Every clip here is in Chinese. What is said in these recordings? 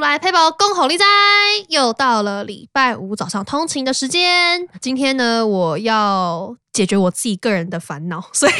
来陪宝共好利哉！又到了礼拜五早上通勤的时间。今天呢，我要解决我自己个人的烦恼，所以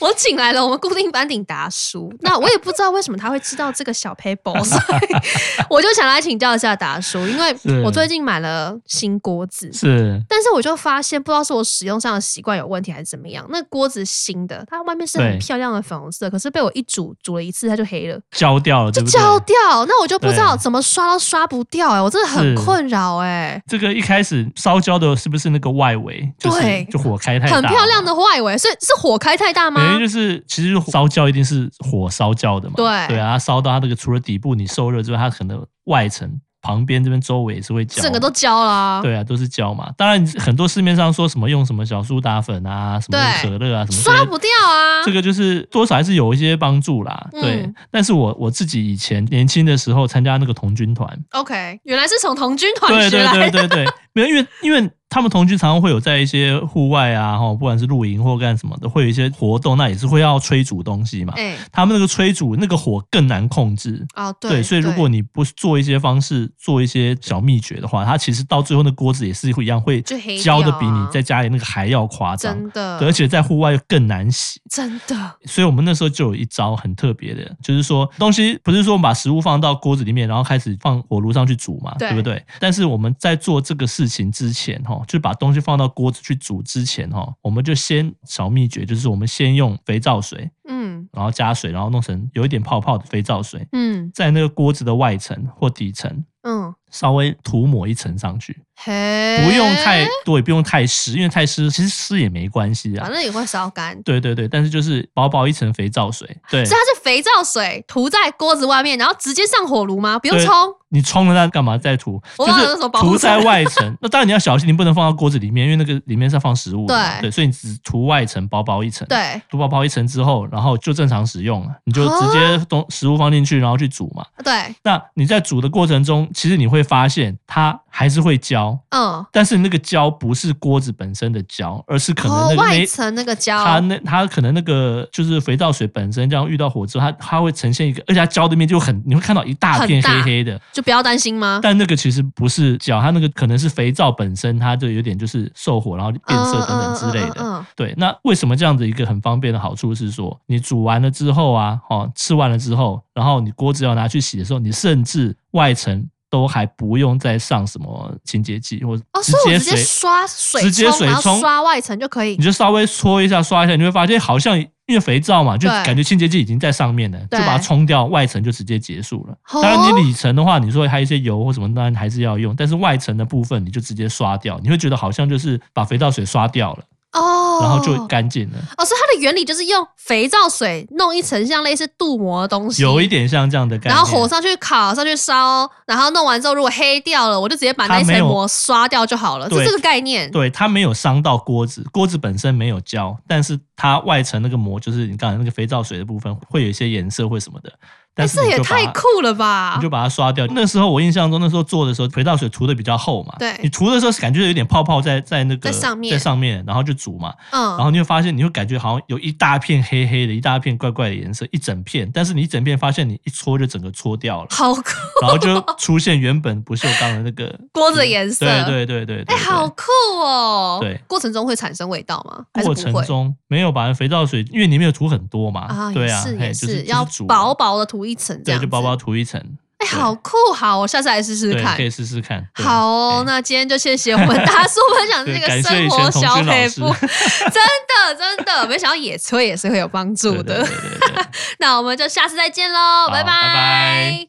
我请来了我们固定班顶达叔。那我也不知道为什么他会知道这个小 paper，所以我就想来请教一下达叔，因为是我最近买了新锅子。是但是我就发现，不知道是我使用上的习惯有问题还是怎么样，那锅子新的，它外面是很对漂亮的粉红色，可是被我一煮煮了一次，它就黑了。焦掉了，对不对？焦掉，那我就不知道对怎么刷都刷不掉哎、我真的很是困扰哎、这个一开始烧焦的是不是那个外围？就是对就火开太大，很漂亮，的外围，所以是火开太大等吗于？就是其实烧焦一定是火烧焦的嘛。对对啊，它烧到它这个除了底部你受热之外，它可能外层旁边这边周围也是会焦，整个都。焦了啊、对啊，都是焦嘛。当然，很多市面上说什么用什么小苏打粉啊，什么对用可乐啊，什 么刷这些不掉啊。这个就是多少还是有一些帮助啦。对嗯，但是我我自己以前年轻的时候参加那个童军团， OK，原来是从童军团对学来的，对对对 对，没有，因为因为他们同居常常会有在一些户外啊，哈，不管是露营或干什么的，会有一些活动，那也是会要吹煮东西嘛。哎、他们那个吹煮那个火更难控制。哦对，所以如果你不做一些方式，做一些小秘诀的话，它其实到最后那锅子也是会一样会就黑焦的掉啊比你在家里那个还要夸张，真的对而且在户外又更难洗。真的所以我们那时候就有一招很特别的，就是说东西不是说我们把食物放到锅子里面，然后开始放火炉上去煮嘛，对对不对？但是我们在做这个事情之前，哈，就把东西放到锅子去煮之前，哈，我们就先小秘诀，就是我们先用肥皂水，嗯然后加水，然后弄成有一点泡泡的肥皂水，嗯在那个锅子的外层或底层嗯，稍微涂抹一层上去，嘿，不用太多，也不用太湿，因为太湿其实湿也没关系啊反。正也会烧干。对对对，但是就是薄薄一层肥皂水，对，所以它是肥皂水涂在锅子外面，然后直接上火炉吗？不用对冲，你冲了那干嘛再涂？我就忘了那什么是保护涂层在外层。那当然你要小心，你不能放到锅子里面，因为那个里面是要放食物的嘛。对对，所以你只涂外层，薄薄一层。，对，涂薄薄一层之后，然后就正常使用了，你就直接东食物放进去，然后去煮嘛。对，那你在煮的过程中，其实你会发现它还是会焦，嗯，但是那个焦不是锅子本身的焦，而是可哦能那个外那。层那个啊胶，它那它可能那个就是肥皂水本身这样遇到火之后，它它会呈现一个，而且它焦的面就很，你会看到一大很片黑大黑的，就不要担心吗？但那个其实不是脚，它那个可能是肥皂本身，它就有点就是受火，然后变色等等之嗯类嗯的。嗯嗯嗯对，那为什么这样子一个很方便的好处是说，你煮完了之后啊，哦，吃完了之后，然后你锅子要拿去洗的时候，你甚至外层都还不用再上什么清洁剂，或者哦，直所以我接直接水，刷水直接冲水然后冲刷外层就可以你。就稍微搓一下、刷一下，你会发现好像因为肥皂嘛，就对感觉清洁剂已经在上面了，就对把它冲掉，外层就直接结束了。哦当然，你里层的话，你说还有一些油或什么，当然还是要用，但是外层的部分你就直接刷掉，你会觉得好像就是把肥皂水刷掉了，哦，然后就干净了，哦，所以它的原理就是用肥皂水弄一层像类似镀膜的东西，有一，点像这样的概然念。后火上去烤，上去烧，然后弄完之后如果黑掉了，我就直接把那一它没层有膜刷掉就好了，是对这个概念。对，它没有伤到锅子，锅子本身没有焦，但是它外层那个膜，就是你刚才那个肥皂水的部分，会有一些颜色或什么的。但哎，是这你也就把太它酷了吧你就！把它刷掉。那时候我印象中，那时候做的时候，肥皂水涂的比较厚嘛，对你涂的时候感觉有点泡泡在在那在个上面在上面，然后就煮嘛，然嗯，，后你会发现，你会感觉好像有一大片黑黑的，一大片怪怪的颜色，一整片，但是你一整片发现你一搓就整个搓掉了 好酷，然后就出现原本不锈钢的那个嗯锅子的颜色对对对对对，哎，好酷哦！对过程中会产生味道吗？还是过不程会？中没有把肥皂水，因为你没有涂很多嘛，啊，对也啊是，嘿也就是就是要煮啊薄，薄的涂一层这对，样就子，薄薄涂一层，哎，对好酷，好，我下次来试试对，看可。以试试看。对好哦哎，那今天就谢谢我们大叔分享这对个感谢生以前活童小军老撇师步，真的真的，没想到野炊也是会有帮助对对的。 对对对对那我们就下次再见喽，好拜拜拜